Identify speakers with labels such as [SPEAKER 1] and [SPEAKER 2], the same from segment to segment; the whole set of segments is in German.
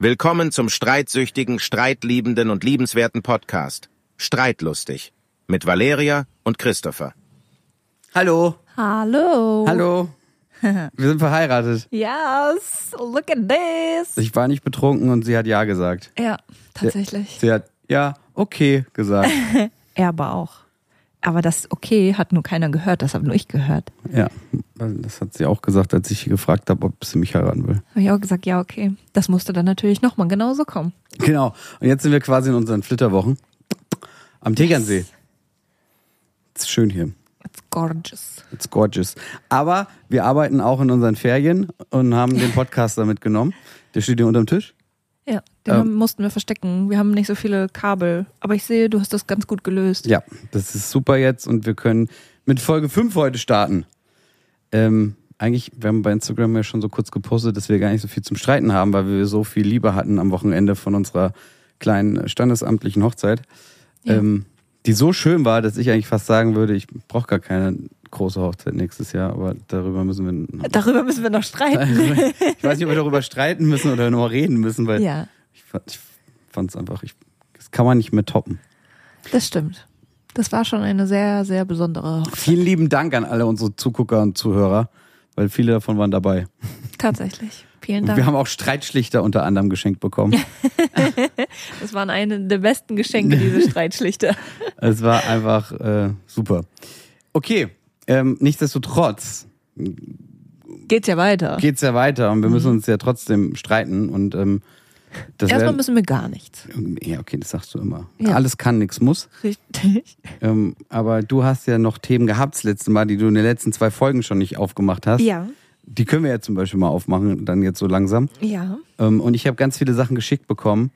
[SPEAKER 1] Willkommen zum streitsüchtigen, streitliebenden und liebenswerten Podcast Streitlustig mit Valeria und Christopher.
[SPEAKER 2] Hallo.
[SPEAKER 3] Hallo.
[SPEAKER 2] Hallo. Wir sind verheiratet.
[SPEAKER 3] Yes, look at this.
[SPEAKER 2] Ich war nicht betrunken und sie hat Ja gesagt.
[SPEAKER 3] Ja, tatsächlich.
[SPEAKER 2] Sie hat Ja, okay gesagt.
[SPEAKER 3] Er aber auch. Aber das Okay hat nur keiner gehört, das habe nur ich gehört.
[SPEAKER 2] Ja, das hat sie auch gesagt, als ich sie gefragt habe, ob sie mich heiraten will.
[SPEAKER 3] Habe ich auch gesagt, ja, okay. Das musste dann natürlich nochmal genauso kommen.
[SPEAKER 2] Genau. Und jetzt sind wir quasi in unseren Flitterwochen am Tegernsee. Ist schön hier.
[SPEAKER 3] It's gorgeous.
[SPEAKER 2] It's gorgeous. Aber wir arbeiten auch in unseren Ferien und haben den Podcaster mitgenommen. Der steht hier unterm Tisch.
[SPEAKER 3] Ja, den
[SPEAKER 2] Ähm.
[SPEAKER 3] haben, mussten wir verstecken. Wir haben nicht so viele Kabel. Aber ich sehe, du hast das ganz gut gelöst.
[SPEAKER 2] Ja, das ist super jetzt und wir können mit Folge 5 heute starten. Ähm, eigentlich, wir haben bei Instagram ja schon so kurz gepostet, dass wir gar nicht so viel zum Streiten haben, weil wir so viel Liebe hatten am Wochenende von unserer kleinen standesamtlichen Hochzeit, ähm, die so schön war, dass ich eigentlich fast sagen würde, ich brauche gar keine große Hochzeit nächstes Jahr, aber darüber müssen wir. Also,
[SPEAKER 3] Darüber müssen wir noch streiten.
[SPEAKER 2] Ich weiß nicht, ob wir darüber streiten müssen oder nur reden müssen, weil
[SPEAKER 3] Ja,
[SPEAKER 2] ich, fa- ich fand es einfach, ich, das kann man nicht mehr toppen.
[SPEAKER 3] das stimmt. Das war schon eine sehr, sehr besondere Hochzeit.
[SPEAKER 2] Vielen lieben Dank an alle unsere Zugucker und Zuhörer, weil viele davon waren dabei.
[SPEAKER 3] Tatsächlich. Vielen
[SPEAKER 2] Und wir
[SPEAKER 3] Dank.
[SPEAKER 2] haben auch Streitschlichter unter anderem geschenkt bekommen.
[SPEAKER 3] Das waren eine der besten Geschenke, diese Streitschlichter.
[SPEAKER 2] es war einfach äh, super. Okay, ähm, nichtsdestotrotz
[SPEAKER 3] Geht ja weiter.
[SPEAKER 2] geht's ja weiter und wir müssen uns ja trotzdem streiten und ähm, das
[SPEAKER 3] Mhm. Erstmal
[SPEAKER 2] wär-
[SPEAKER 3] müssen wir gar nichts.
[SPEAKER 2] ja, okay, das sagst du immer.
[SPEAKER 3] Ja.
[SPEAKER 2] Alles kann, nix muss.
[SPEAKER 3] Richtig.
[SPEAKER 2] Ähm, aber du hast ja noch Themen gehabt das letzte Mal, die du in den letzten zwei Folgen schon nicht aufgemacht hast.
[SPEAKER 3] Ja.
[SPEAKER 2] Die können wir ja zum Beispiel mal aufmachen, dann jetzt so langsam.
[SPEAKER 3] Ja.
[SPEAKER 2] Ähm, und ich habe ganz viele Sachen geschickt bekommen.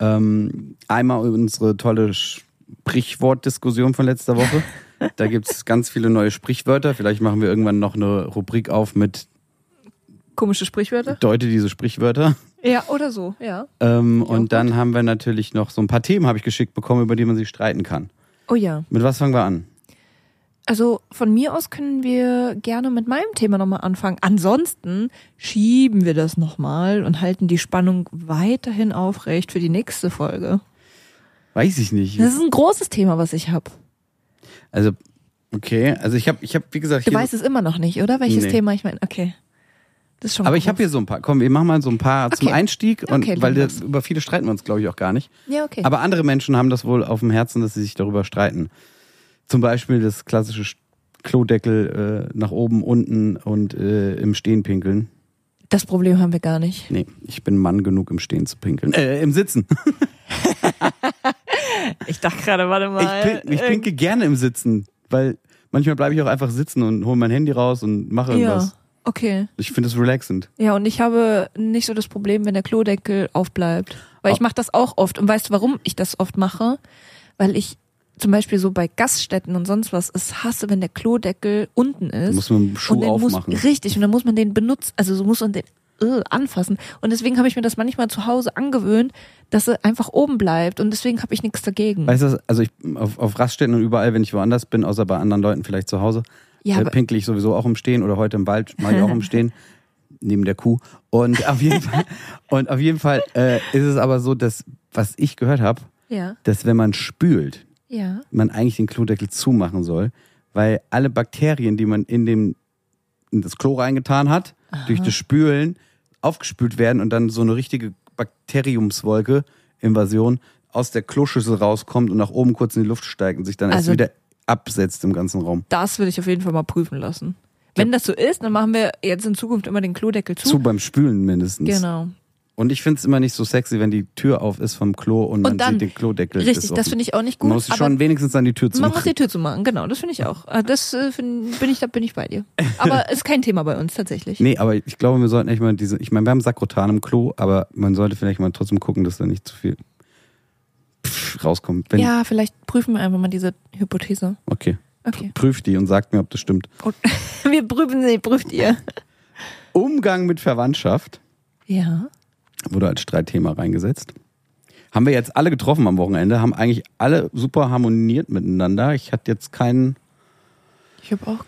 [SPEAKER 2] Ähm, einmal unsere tolle Sprichwortdiskussion von letzter Woche. Da gibt es ganz viele neue Sprichwörter. Vielleicht machen wir irgendwann noch eine Rubrik auf mit
[SPEAKER 3] Komische Sprichwörter?
[SPEAKER 2] Deute diese Sprichwörter.
[SPEAKER 3] Ja, oder so, ja.
[SPEAKER 2] Ähm, und
[SPEAKER 3] gut.
[SPEAKER 2] dann haben wir natürlich noch so ein paar Themen habe ich geschickt bekommen, über die man sich streiten kann.
[SPEAKER 3] Oh ja.
[SPEAKER 2] Mit was fangen wir an?
[SPEAKER 3] Also von mir aus können wir gerne mit meinem Thema nochmal anfangen. Ansonsten schieben wir das nochmal und halten die Spannung weiterhin aufrecht für die nächste Folge.
[SPEAKER 2] Weiß ich nicht.
[SPEAKER 3] Das ist ein großes Thema, was ich habe.
[SPEAKER 2] Also, okay. Also ich habe, ich habe, wie gesagt,
[SPEAKER 3] Du
[SPEAKER 2] hier,
[SPEAKER 3] weißt es immer noch nicht, oder? Welches
[SPEAKER 2] Nee.
[SPEAKER 3] Thema ich meine? Okay. Das ist schon
[SPEAKER 2] aber ich
[SPEAKER 3] groß.
[SPEAKER 2] habe hier so ein paar. Komm, wir machen mal so ein paar zum
[SPEAKER 3] Okay.
[SPEAKER 2] Einstieg. Und
[SPEAKER 3] Okay,
[SPEAKER 2] weil
[SPEAKER 3] dann
[SPEAKER 2] das, über viele streiten wir uns, glaube ich, auch gar nicht.
[SPEAKER 3] Ja, okay.
[SPEAKER 2] Aber andere Menschen haben das wohl auf dem Herzen, dass sie sich darüber streiten. Zum Beispiel das klassische Sch- Klodeckel äh, nach oben, unten und äh, im Stehen pinkeln.
[SPEAKER 3] das Problem haben wir gar nicht.
[SPEAKER 2] Nee, ich bin Mann genug, im Stehen zu pinkeln. Äh, im Sitzen.
[SPEAKER 3] Ich dachte gerade, warte
[SPEAKER 2] Ich, pin,
[SPEAKER 3] äh,
[SPEAKER 2] ich pinke gerne im Sitzen, weil manchmal bleibe ich auch einfach sitzen und hole mein Handy raus und mache
[SPEAKER 3] ja.
[SPEAKER 2] irgendwas.
[SPEAKER 3] Okay.
[SPEAKER 2] Ich finde es relaxend.
[SPEAKER 3] Ja, und ich habe nicht so das Problem, wenn der Klodeckel aufbleibt. Weil
[SPEAKER 2] Ah.
[SPEAKER 3] ich mache das auch oft. Und weißt du, warum ich das oft mache? Weil ich zum Beispiel so bei Gaststätten und sonst was es hasse, wenn der Klodeckel unten ist.
[SPEAKER 2] Muss man den Schuh
[SPEAKER 3] und den
[SPEAKER 2] aufmachen.
[SPEAKER 3] Muss, richtig, und dann muss man den benutzen, also so muss man den äh, anfassen. Und deswegen habe ich mir das manchmal zu Hause angewöhnt, dass er einfach oben bleibt. Und deswegen habe ich nichts dagegen.
[SPEAKER 2] Weißt du, also ich, auf, auf Raststätten und überall, wenn ich woanders bin, außer bei anderen Leuten, vielleicht zu Hause,
[SPEAKER 3] Ja,
[SPEAKER 2] äh,
[SPEAKER 3] aber-
[SPEAKER 2] pinkle ich sowieso auch im Stehen oder heute im Wald mal ich auch im Stehen, neben der Kuh. Und auf jeden Fall, und auf jeden Fall äh, ist es aber so, dass, was ich gehört habe,
[SPEAKER 3] ja,
[SPEAKER 2] dass wenn man spült,
[SPEAKER 3] ja.
[SPEAKER 2] man eigentlich den Klodeckel zumachen soll, weil alle Bakterien, die man in, dem, in das Klo reingetan hat, durch das Spülen aufgespült werden und dann so eine richtige Bakteriumswolke, Invasion, aus der Kloschüssel rauskommt und nach oben kurz in die Luft steigt und sich dann erst
[SPEAKER 3] Also-
[SPEAKER 2] wieder absetzt im ganzen Raum.
[SPEAKER 3] Das will ich auf jeden Fall mal prüfen lassen. Wenn das so ist, dann machen wir jetzt in Zukunft immer den Klodeckel zu.
[SPEAKER 2] Zu beim Spülen mindestens.
[SPEAKER 3] Genau.
[SPEAKER 2] Und ich finde es immer nicht so sexy, wenn die Tür auf ist vom Klo und, man
[SPEAKER 3] Und dann-
[SPEAKER 2] sieht den Klodeckel.
[SPEAKER 3] Richtig, das finde ich auch nicht gut.
[SPEAKER 2] Man muss
[SPEAKER 3] aber
[SPEAKER 2] schon wenigstens dann die Tür zu
[SPEAKER 3] man muss
[SPEAKER 2] machen.
[SPEAKER 3] die Tür zumachen, genau, das finde ich auch. Äh, Das äh, find, bin ich, da bin ich bei dir. Aber ist kein Thema bei uns tatsächlich.
[SPEAKER 2] Nee, aber ich glaube, wir sollten echt mal diese. Ich meine, wir haben Sakrotan im Klo, aber man sollte vielleicht mal trotzdem gucken, dass da nicht zu viel pff, rauskommt. Wenn,
[SPEAKER 3] Ja, vielleicht prüfen wir einfach mal diese Hypothese.
[SPEAKER 2] Okay.
[SPEAKER 3] Okay.
[SPEAKER 2] Prüft die und sagt mir, ob das stimmt.
[SPEAKER 3] Und wir prüfen sie, prüft ihr.
[SPEAKER 2] Umgang mit Verwandtschaft
[SPEAKER 3] Ja.
[SPEAKER 2] wurde als Streitthema reingesetzt. Haben wir jetzt alle getroffen am Wochenende, haben eigentlich alle super harmoniert miteinander. Ich hatte jetzt keinen.
[SPEAKER 3] Ich habe auch.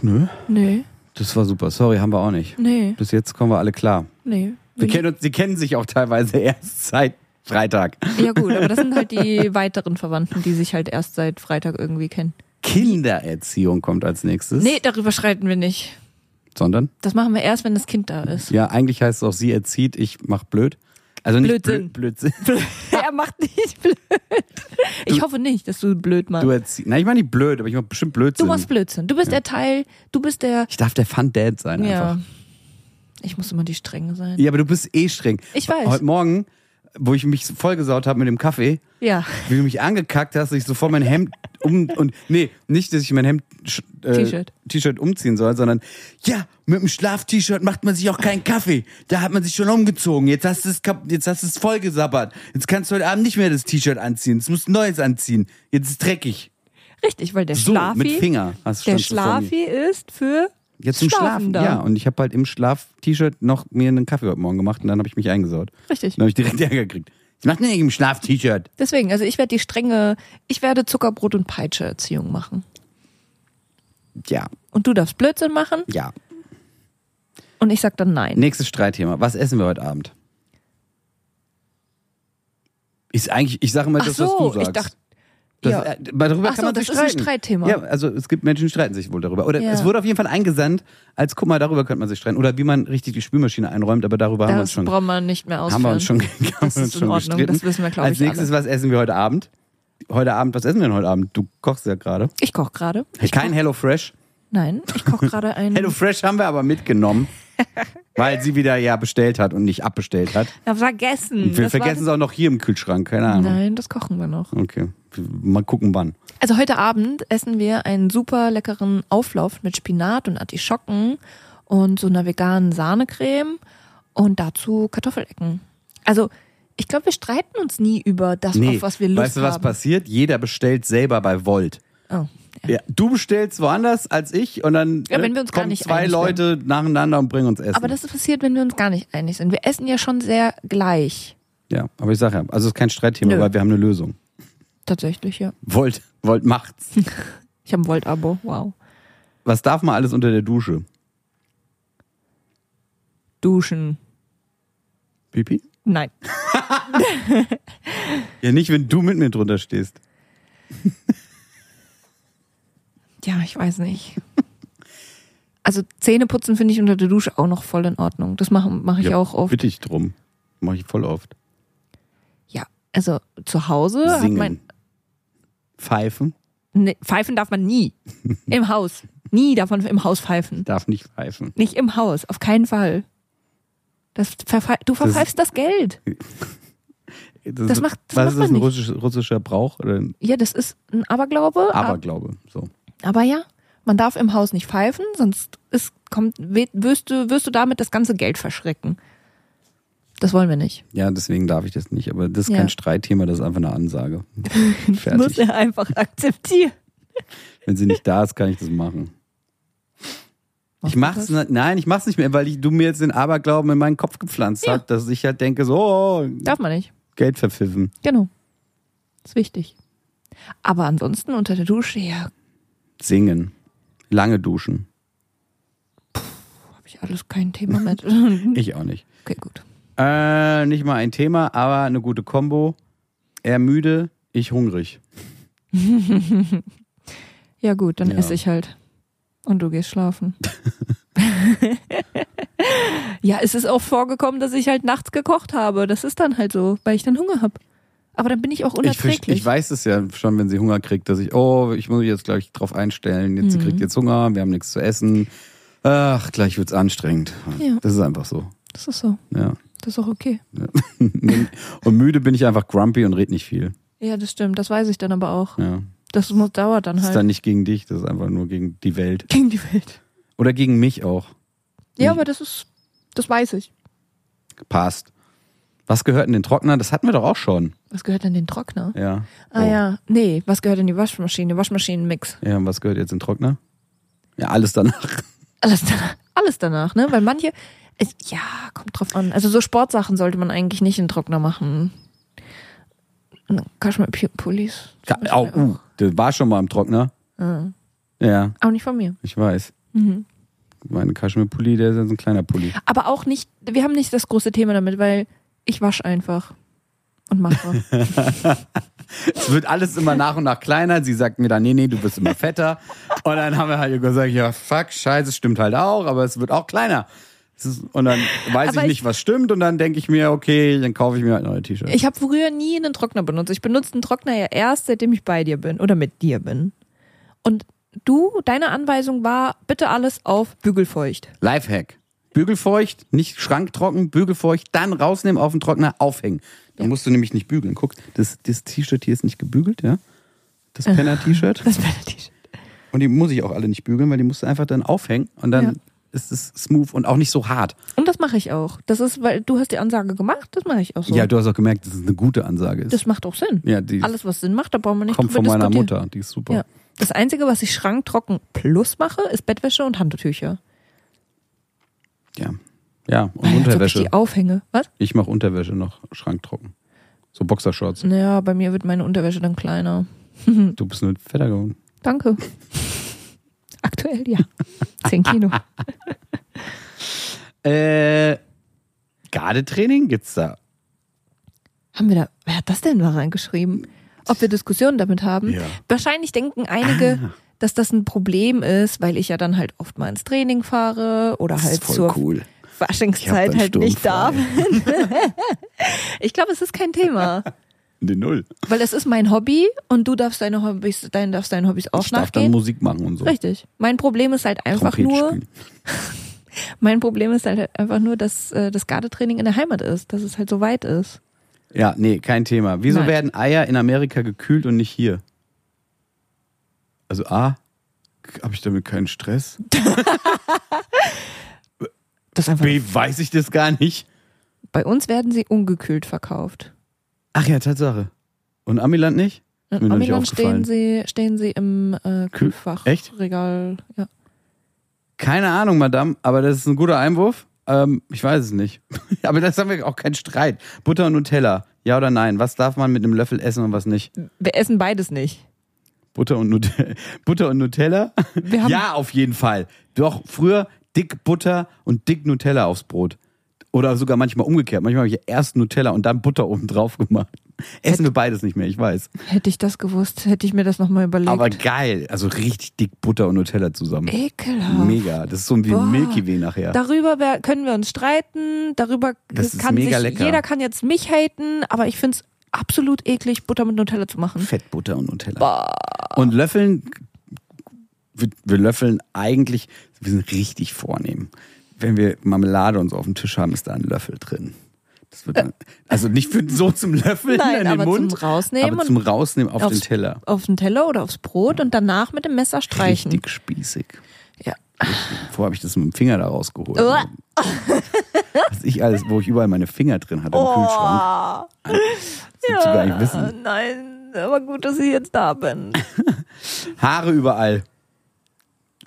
[SPEAKER 2] Nö.
[SPEAKER 3] Nee,
[SPEAKER 2] Das war super. Sorry, haben wir auch nicht.
[SPEAKER 3] nee,
[SPEAKER 2] Bis jetzt kommen wir alle klar.
[SPEAKER 3] nee.
[SPEAKER 2] Wir kennen uns, sie kennen sich auch teilweise erst seit Freitag.
[SPEAKER 3] Ja gut, aber das sind halt die weiteren Verwandten, die sich halt erst seit Freitag irgendwie kennen.
[SPEAKER 2] Kindererziehung kommt als nächstes.
[SPEAKER 3] Nee, darüber schreiten wir nicht.
[SPEAKER 2] Sondern?
[SPEAKER 3] Das machen wir erst, wenn das Kind da ist.
[SPEAKER 2] Ja, eigentlich heißt es auch, sie erzieht, ich mach blöd. Also nicht
[SPEAKER 3] Blödsinn.
[SPEAKER 2] Blöd, Blödsinn.
[SPEAKER 3] er macht nicht blöd. Ich hoffe nicht, dass du blöd machst.
[SPEAKER 2] Du
[SPEAKER 3] Du,
[SPEAKER 2] erziehst. Nein, ich meine nicht blöd, aber ich mach bestimmt Blödsinn.
[SPEAKER 3] machst Blödsinn. Du bist der Teil, du bist der.
[SPEAKER 2] ich darf der Fun Dad sein einfach.
[SPEAKER 3] Ja. Ich muss immer die Strenge sein.
[SPEAKER 2] Ja, aber du bist eh streng.
[SPEAKER 3] Ich weiß.
[SPEAKER 2] Heute Morgen, wo ich mich vollgesaut habe mit dem Kaffee,
[SPEAKER 3] Ja.
[SPEAKER 2] wie du mich angekackt hast, dass ich sofort mein Hemd um und nee, nicht, dass ich mein Hemd sch- äh,
[SPEAKER 3] T-Shirt.
[SPEAKER 2] T-Shirt umziehen soll, sondern ja, mit dem Schlaf-T-Shirt macht man sich auch keinen Kaffee. Da hat man sich schon umgezogen. Jetzt hast du es kap- jetzt hast du es vollgesabbert. Jetzt kannst du heute Abend nicht mehr das T-Shirt anziehen. Jetzt musst du ein neues anziehen. Jetzt ist es dreckig.
[SPEAKER 3] Richtig, weil der
[SPEAKER 2] So
[SPEAKER 3] Schlafi.
[SPEAKER 2] mit Finger hast
[SPEAKER 3] Der
[SPEAKER 2] standst du vor mir.
[SPEAKER 3] Schlafi ist für.
[SPEAKER 2] Jetzt zum Schlafen,
[SPEAKER 3] da.
[SPEAKER 2] ja. Und ich habe halt im Schlaf-T-Shirt noch mir einen Kaffee heute Morgen gemacht und dann habe ich mich eingesaut.
[SPEAKER 3] Richtig.
[SPEAKER 2] Dann habe ich direkt Ärger gekriegt. Ich mache nicht im Schlaf-T-Shirt.
[SPEAKER 3] Deswegen, also ich werde die strenge, ich werde Zuckerbrot und Peitsche Erziehung machen.
[SPEAKER 2] Ja,
[SPEAKER 3] Und du darfst Blödsinn machen
[SPEAKER 2] ja.
[SPEAKER 3] und ich sag dann nein.
[SPEAKER 2] Nächstes Streitthema. Was essen wir heute Abend? Ist eigentlich, ich sage mal
[SPEAKER 3] Ach
[SPEAKER 2] das, was
[SPEAKER 3] so,
[SPEAKER 2] du sagst.
[SPEAKER 3] ich dachte.
[SPEAKER 2] das,
[SPEAKER 3] ja.
[SPEAKER 2] äh, darüber kann
[SPEAKER 3] Ach so,
[SPEAKER 2] man sich
[SPEAKER 3] das ist ein
[SPEAKER 2] streiten.
[SPEAKER 3] Streitthema.
[SPEAKER 2] Ja, also es gibt Menschen, die streiten sich wohl darüber. Oder
[SPEAKER 3] Ja.
[SPEAKER 2] es wurde auf jeden Fall eingesandt, als guck mal, darüber könnte man sich streiten. Oder wie man richtig die Spülmaschine einräumt, aber darüber haben wir uns
[SPEAKER 3] Das
[SPEAKER 2] schon
[SPEAKER 3] brauchen wir nicht mehr
[SPEAKER 2] Haben
[SPEAKER 3] ausführen.
[SPEAKER 2] wir uns schon, haben
[SPEAKER 3] Das
[SPEAKER 2] wir
[SPEAKER 3] ist
[SPEAKER 2] uns
[SPEAKER 3] in
[SPEAKER 2] schon
[SPEAKER 3] Ordnung,
[SPEAKER 2] gestritten.
[SPEAKER 3] das wissen wir, glaube
[SPEAKER 2] Als
[SPEAKER 3] ich,
[SPEAKER 2] nächstes, was essen wir heute Abend? Heute Abend, was essen wir denn heute Abend? Du kochst ja gerade.
[SPEAKER 3] Ich koche gerade.
[SPEAKER 2] Kein Hello Fresh.
[SPEAKER 3] Nein, ich koche gerade ein.
[SPEAKER 2] Hello Fresh haben wir aber mitgenommen, weil sie wieder ja bestellt hat und nicht abbestellt hat.
[SPEAKER 3] Na, vergessen.
[SPEAKER 2] Wir
[SPEAKER 3] Das war
[SPEAKER 2] vergessen es auch noch hier im Kühlschrank, keine
[SPEAKER 3] das-
[SPEAKER 2] Ahnung.
[SPEAKER 3] Nein, das kochen wir noch.
[SPEAKER 2] Okay, mal gucken wann.
[SPEAKER 3] Also heute Abend essen wir einen super leckeren Auflauf mit Spinat und Artischocken und so einer veganen Sahnecreme und dazu Kartoffelecken. Also, ich glaube, wir streiten uns nie über das,
[SPEAKER 2] Nee,
[SPEAKER 3] auf was wir Lust
[SPEAKER 2] weißt du, was
[SPEAKER 3] haben.
[SPEAKER 2] passiert? Jeder bestellt selber bei Volt.
[SPEAKER 3] Oh, ja.
[SPEAKER 2] Ja, du bestellst woanders als ich und dann
[SPEAKER 3] Ja,
[SPEAKER 2] ne,
[SPEAKER 3] wenn wir uns gar
[SPEAKER 2] kommen
[SPEAKER 3] nicht
[SPEAKER 2] zwei
[SPEAKER 3] einig
[SPEAKER 2] Leute nacheinander und bringen uns Essen.
[SPEAKER 3] Aber das ist passiert, wenn wir uns gar nicht einig sind. Wir essen ja schon sehr gleich.
[SPEAKER 2] ja, aber ich sage ja, also es ist kein Streitthema,
[SPEAKER 3] Nö.
[SPEAKER 2] weil wir haben eine Lösung.
[SPEAKER 3] Tatsächlich, ja.
[SPEAKER 2] Volt, Volt macht's.
[SPEAKER 3] Ich habe ein Volt-Abo. Wow.
[SPEAKER 2] Was darf man alles unter der Dusche?
[SPEAKER 3] Duschen.
[SPEAKER 2] Pipi?
[SPEAKER 3] Nein.
[SPEAKER 2] Ja, nicht, wenn du mit mir drunter stehst.
[SPEAKER 3] Ja, ich weiß nicht. Also Zähneputzen finde ich unter der Dusche auch noch voll in Ordnung. Das mache mach ich
[SPEAKER 2] ja,
[SPEAKER 3] auch oft.
[SPEAKER 2] Bitte ich drum. Mach ich voll oft.
[SPEAKER 3] Ja, also zu Hause hat man.
[SPEAKER 2] Singen. Pfeifen?
[SPEAKER 3] Nee, pfeifen darf man nie. Im Haus. Nie darf man im Haus pfeifen.
[SPEAKER 2] Darf nicht pfeifen.
[SPEAKER 3] Nicht im Haus, auf keinen Fall. Das verfe- du verpfeifst das, Geld.
[SPEAKER 2] Das,
[SPEAKER 3] macht-
[SPEAKER 2] was ist
[SPEAKER 3] das macht man
[SPEAKER 2] das, ein
[SPEAKER 3] nicht.
[SPEAKER 2] russisch, russischer Brauch? Oder ein
[SPEAKER 3] Ja, das ist ein Aberglaube. ab-
[SPEAKER 2] Aberglaube. So.
[SPEAKER 3] Aber ja, man darf im Haus nicht pfeifen, sonst ist, kommt, we- wirst, du, wirst du damit das ganze Geld verschrecken. Das wollen wir nicht.
[SPEAKER 2] Ja, deswegen darf ich das nicht. Aber das ist
[SPEAKER 3] Ja.
[SPEAKER 2] kein Streitthema, das ist einfach eine Ansage.
[SPEAKER 3] Muss
[SPEAKER 2] Fertig.
[SPEAKER 3] er einfach akzeptieren.
[SPEAKER 2] Wenn sie nicht da ist, kann ich das machen. Ich mach's, ne- nein, ich mach's nicht mehr, weil ich, du mir jetzt den Aberglauben in meinen Kopf gepflanzt
[SPEAKER 3] Ja.
[SPEAKER 2] hast, dass ich halt denke, so, oh,
[SPEAKER 3] Darf man nicht.
[SPEAKER 2] Geld verpfiffen.
[SPEAKER 3] Genau. Ist wichtig. Aber ansonsten unter der Dusche, ja,
[SPEAKER 2] Singen. Lange duschen.
[SPEAKER 3] habe ich alles kein Thema mit.
[SPEAKER 2] Ich auch nicht.
[SPEAKER 3] Okay, gut.
[SPEAKER 2] Äh, nicht mal ein Thema, aber eine gute Kombo. Er müde, ich hungrig.
[SPEAKER 3] Ja, gut, dann
[SPEAKER 2] Ja.
[SPEAKER 3] esse ich halt. Und du gehst schlafen. ja, es ist auch vorgekommen, dass ich halt nachts gekocht habe. Das ist dann halt so, weil ich dann Hunger habe. Aber dann bin ich auch
[SPEAKER 2] Ich,
[SPEAKER 3] unerträglich.
[SPEAKER 2] verste- ich weiß es ja schon, wenn sie Hunger kriegt, dass ich, oh, ich muss mich jetzt gleich drauf einstellen.
[SPEAKER 3] Mhm.
[SPEAKER 2] Jetzt, Sie kriegt jetzt Hunger, wir haben nichts zu essen. Ach, gleich wird's anstrengend.
[SPEAKER 3] Ja.
[SPEAKER 2] Das ist einfach so.
[SPEAKER 3] Das ist so.
[SPEAKER 2] Ja.
[SPEAKER 3] Das ist auch okay.
[SPEAKER 2] Und müde bin ich einfach grumpy und red nicht viel.
[SPEAKER 3] Ja, das stimmt. Das weiß ich dann aber auch.
[SPEAKER 2] Ja.
[SPEAKER 3] Das muss, dauert dann
[SPEAKER 2] Das ist
[SPEAKER 3] halt.
[SPEAKER 2] dann nicht gegen dich, das ist einfach nur gegen die Welt.
[SPEAKER 3] Gegen die Welt.
[SPEAKER 2] Oder gegen mich auch.
[SPEAKER 3] Ja, aber das ist, das weiß ich.
[SPEAKER 2] Passt. Was gehört in den Trockner? Das hatten wir doch auch schon.
[SPEAKER 3] Was gehört denn in den Trockner?
[SPEAKER 2] Ja.
[SPEAKER 3] Ah
[SPEAKER 2] Oh.
[SPEAKER 3] ja, nee, was gehört in die Waschmaschine? Waschmaschinenmix.
[SPEAKER 2] Ja, und was gehört jetzt in den Trockner? Ja, alles danach.
[SPEAKER 3] Alles danach, alles danach, ne? Weil manche, es, ja, kommt drauf an. Also so Sportsachen sollte man eigentlich nicht in den Trockner machen. Kaschmir-Pullis.
[SPEAKER 2] Ja, Au,
[SPEAKER 3] Mhm.
[SPEAKER 2] uh, das war schon mal im Trockner. Ja,
[SPEAKER 3] Auch nicht von mir.
[SPEAKER 2] ich weiß. mein Kaschmirpulli, der ist ja so ein kleiner Pulli.
[SPEAKER 3] Aber auch nicht, wir haben nicht das große Thema damit, weil ich wasche einfach und mache.
[SPEAKER 2] Es wird alles immer nach und nach kleiner. Sie sagt mir dann, nee, nee, du bist immer fetter. Und dann haben wir halt gesagt, ja, fuck, scheiße, stimmt halt auch, aber es wird auch kleiner. Es ist, und dann weiß
[SPEAKER 3] Aber
[SPEAKER 2] ich nicht, was stimmt. Und dann denke ich mir, okay, dann kaufe ich mir halt neue T-Shirts.
[SPEAKER 3] ich habe früher nie einen Trockner benutzt. Ich benutze einen Trockner ja erst, seitdem ich bei dir bin oder mit dir bin. Und du, deine Anweisung war, bitte alles auf bügelfeucht.
[SPEAKER 2] Lifehack. Bügelfeucht, nicht schranktrocken, bügelfeucht, dann rausnehmen, auf den Trockner aufhängen. Dann musst du nämlich nicht bügeln. Guck, das, das T-Shirt hier ist nicht gebügelt, ja? Das
[SPEAKER 3] Äh.
[SPEAKER 2] Penner-T-Shirt.
[SPEAKER 3] Das wäre die
[SPEAKER 2] Und die muss ich auch alle nicht bügeln, weil die musst du einfach dann aufhängen und dann
[SPEAKER 3] Ja.
[SPEAKER 2] ist es smooth und auch nicht so hart.
[SPEAKER 3] Und das mache ich auch. Das ist, weil du hast die Ansage gemacht, das mache ich auch so.
[SPEAKER 2] Ja, du hast auch gemerkt, dass es eine gute Ansage ist.
[SPEAKER 3] das macht auch Sinn.
[SPEAKER 2] Ja, die-
[SPEAKER 3] Alles, was Sinn macht, da brauchen wir nicht
[SPEAKER 2] Kommt
[SPEAKER 3] drüber
[SPEAKER 2] von meiner
[SPEAKER 3] diskutieren.
[SPEAKER 2] Mutter, die ist super.
[SPEAKER 3] Ja. Das Einzige, was ich schranktrocken plus mache, ist Bettwäsche und Handtücher.
[SPEAKER 2] Ja, ja und
[SPEAKER 3] Weil, als ob Ich
[SPEAKER 2] Unterwäsche.
[SPEAKER 3] die aufhänge. Was?
[SPEAKER 2] Ich mache Unterwäsche noch schranktrocken. So Boxershorts.
[SPEAKER 3] Naja, bei mir wird meine Unterwäsche dann kleiner. Mhm.
[SPEAKER 2] Du bist nur fetter geworden.
[SPEAKER 3] Danke. Aktuell, ja. 10 Kilo.
[SPEAKER 2] Äh, Gardetraining gibt's da.
[SPEAKER 3] Haben wir da, wer hat das denn da reingeschrieben? Ob wir Diskussionen damit haben?
[SPEAKER 2] Ja. Ah.
[SPEAKER 3] Wahrscheinlich denken einige, dass das ein Problem ist, weil ich ja dann halt oft mal ins Training fahre oder halt zur
[SPEAKER 2] cool.
[SPEAKER 3] Faschingszeit halt nicht darf. Ich glaube, es ist kein Thema.
[SPEAKER 2] Die Null.
[SPEAKER 3] Weil es ist mein Hobby und du darfst deine Hobbys, dein darfst deinen Hobbys auch
[SPEAKER 2] Ich darf dann
[SPEAKER 3] nachgehen.
[SPEAKER 2] Musik machen und so.
[SPEAKER 3] Richtig. Mein Problem ist halt einfach
[SPEAKER 2] Trompete
[SPEAKER 3] nur,
[SPEAKER 2] spielen.
[SPEAKER 3] mein Problem ist halt einfach nur, dass äh, das Gardetraining in der Heimat ist, dass es halt so weit ist.
[SPEAKER 2] Ja, nee, kein Thema. Wieso
[SPEAKER 3] Nein.
[SPEAKER 2] werden Eier in Amerika gekühlt und nicht hier? Also A, habe ich damit keinen Stress?
[SPEAKER 3] Das einfach
[SPEAKER 2] B, weiß ich das gar nicht.
[SPEAKER 3] Bei uns werden sie ungekühlt verkauft.
[SPEAKER 2] Ach ja, Tatsache. Und Amiland nicht? Ist
[SPEAKER 3] In
[SPEAKER 2] mir noch nicht
[SPEAKER 3] Amiland
[SPEAKER 2] aufgefallen.
[SPEAKER 3] stehen sie, stehen sie im äh, Kühlfach.
[SPEAKER 2] Echt?
[SPEAKER 3] Regal. Ja.
[SPEAKER 2] Keine Ahnung, Madame, aber das ist ein guter Einwurf. Ähm, ich weiß es nicht. aber das haben wir auch keinen Streit. Butter und Nutella. Ja oder nein? Was darf man mit einem Löffel essen und was nicht?
[SPEAKER 3] Wir essen beides nicht.
[SPEAKER 2] Butter und, Nutella. Butter und Nutella?
[SPEAKER 3] Wir haben-
[SPEAKER 2] ja, auf jeden Fall. Doch, früher dick Butter und dick Nutella aufs Brot. Oder sogar manchmal umgekehrt. Manchmal habe ich erst Nutella und dann Butter oben drauf gemacht. Essen wir beides nicht mehr, ich weiß.
[SPEAKER 3] Hätte ich das gewusst, hätte ich mir das nochmal überlegt.
[SPEAKER 2] Aber geil. Also richtig dick Butter und Nutella zusammen.
[SPEAKER 3] Ekelhaft.
[SPEAKER 2] Mega. Das ist so wie
[SPEAKER 3] Boah.
[SPEAKER 2] ein Milky Way nachher.
[SPEAKER 3] Darüber wer- können wir uns streiten, darüber
[SPEAKER 2] Das ist
[SPEAKER 3] kann
[SPEAKER 2] mega
[SPEAKER 3] sich,
[SPEAKER 2] lecker.
[SPEAKER 3] jeder kann jetzt mich haten, aber ich finde es absolut eklig, Butter mit Nutella zu machen.
[SPEAKER 2] Fettbutter und Nutella. Und löffeln, wir, wir löffeln eigentlich, wir sind richtig vornehm. Wenn wir Marmelade uns auf dem Tisch haben, ist da ein Löffel drin. Das wird dann, also nicht für, so zum Löffeln
[SPEAKER 3] Äh. Nein,
[SPEAKER 2] in den
[SPEAKER 3] aber
[SPEAKER 2] Mund,
[SPEAKER 3] zum Rausnehmen
[SPEAKER 2] aber
[SPEAKER 3] und
[SPEAKER 2] zum Rausnehmen auf den
[SPEAKER 3] Aufs-
[SPEAKER 2] Teller.
[SPEAKER 3] Auf den Teller oder aufs Brot und danach mit dem Messer streichen.
[SPEAKER 2] Richtig spießig.
[SPEAKER 3] Ja.
[SPEAKER 2] Vorher habe ich das mit dem Finger da rausgeholt.
[SPEAKER 3] Uah.
[SPEAKER 2] Was ich alles, wo ich überall meine Finger drin hatte im Kühlschrank. Äh,
[SPEAKER 3] Oh,
[SPEAKER 2] Das willst du gar nicht wissen.
[SPEAKER 3] nein, aber gut, dass ich jetzt da bin.
[SPEAKER 2] Haare überall.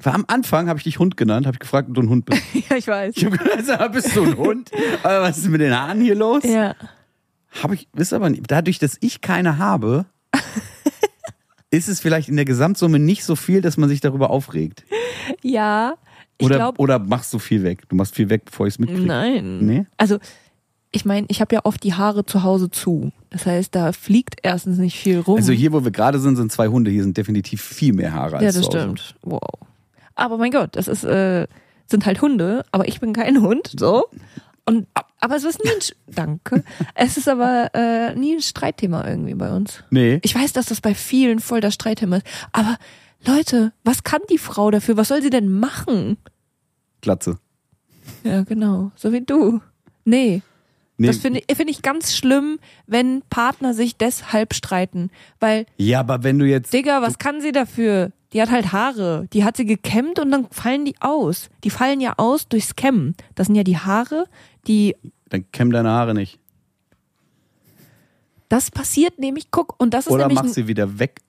[SPEAKER 2] War am Anfang habe ich dich Hund genannt, habe ich gefragt, ob du ein Hund bist.
[SPEAKER 3] ja, ich weiß.
[SPEAKER 2] Ich habe gedacht, sag mal, bist du ein Hund? Aber was ist mit den Haaren hier los?
[SPEAKER 3] Ja.
[SPEAKER 2] Hab ich, ist aber nicht, dadurch, dass ich keine habe, ist es vielleicht in der Gesamtsumme nicht so viel, dass man sich darüber aufregt.
[SPEAKER 3] Ja, ich
[SPEAKER 2] Oder,
[SPEAKER 3] glaube.
[SPEAKER 2] oder machst du viel weg? Du machst viel weg, bevor ich es mitkriege.
[SPEAKER 3] Nein.
[SPEAKER 2] Nee?
[SPEAKER 3] Also, ich meine, ich habe ja oft die Haare zu Hause zu. Das heißt, da fliegt erstens nicht viel rum.
[SPEAKER 2] Also hier, wo wir gerade sind, sind zwei Hunde. Hier sind definitiv viel mehr Haare als
[SPEAKER 3] ja, das
[SPEAKER 2] zu Hause.
[SPEAKER 3] stimmt. Wow. Aber mein Gott, das ist, äh, sind halt Hunde, aber ich bin kein Hund, so. Und, aber es ist nie ein, Sch- danke. Es ist aber äh, nie ein Streitthema irgendwie bei uns.
[SPEAKER 2] Nee.
[SPEAKER 3] Ich weiß, dass das bei vielen voll das Streitthema ist. Aber Leute, was kann die Frau dafür? Was soll sie denn machen?
[SPEAKER 2] Glatze.
[SPEAKER 3] Ja, genau. So wie du. Nee.
[SPEAKER 2] Nee.
[SPEAKER 3] Das finde ich, find ich ganz schlimm, wenn Partner sich deshalb streiten. Weil,
[SPEAKER 2] ja, aber wenn du jetzt.
[SPEAKER 3] Digga, was kann sie dafür? Die hat halt Haare. Die hat sie gekämmt und dann fallen die aus. Die fallen ja aus durchs Kämmen. Das sind ja die Haare, die
[SPEAKER 2] Dann kämm deine Haare nicht.
[SPEAKER 3] das passiert nämlich, guck, und das ist
[SPEAKER 2] Oder
[SPEAKER 3] nämlich ein-
[SPEAKER 2] mach sie wieder weg.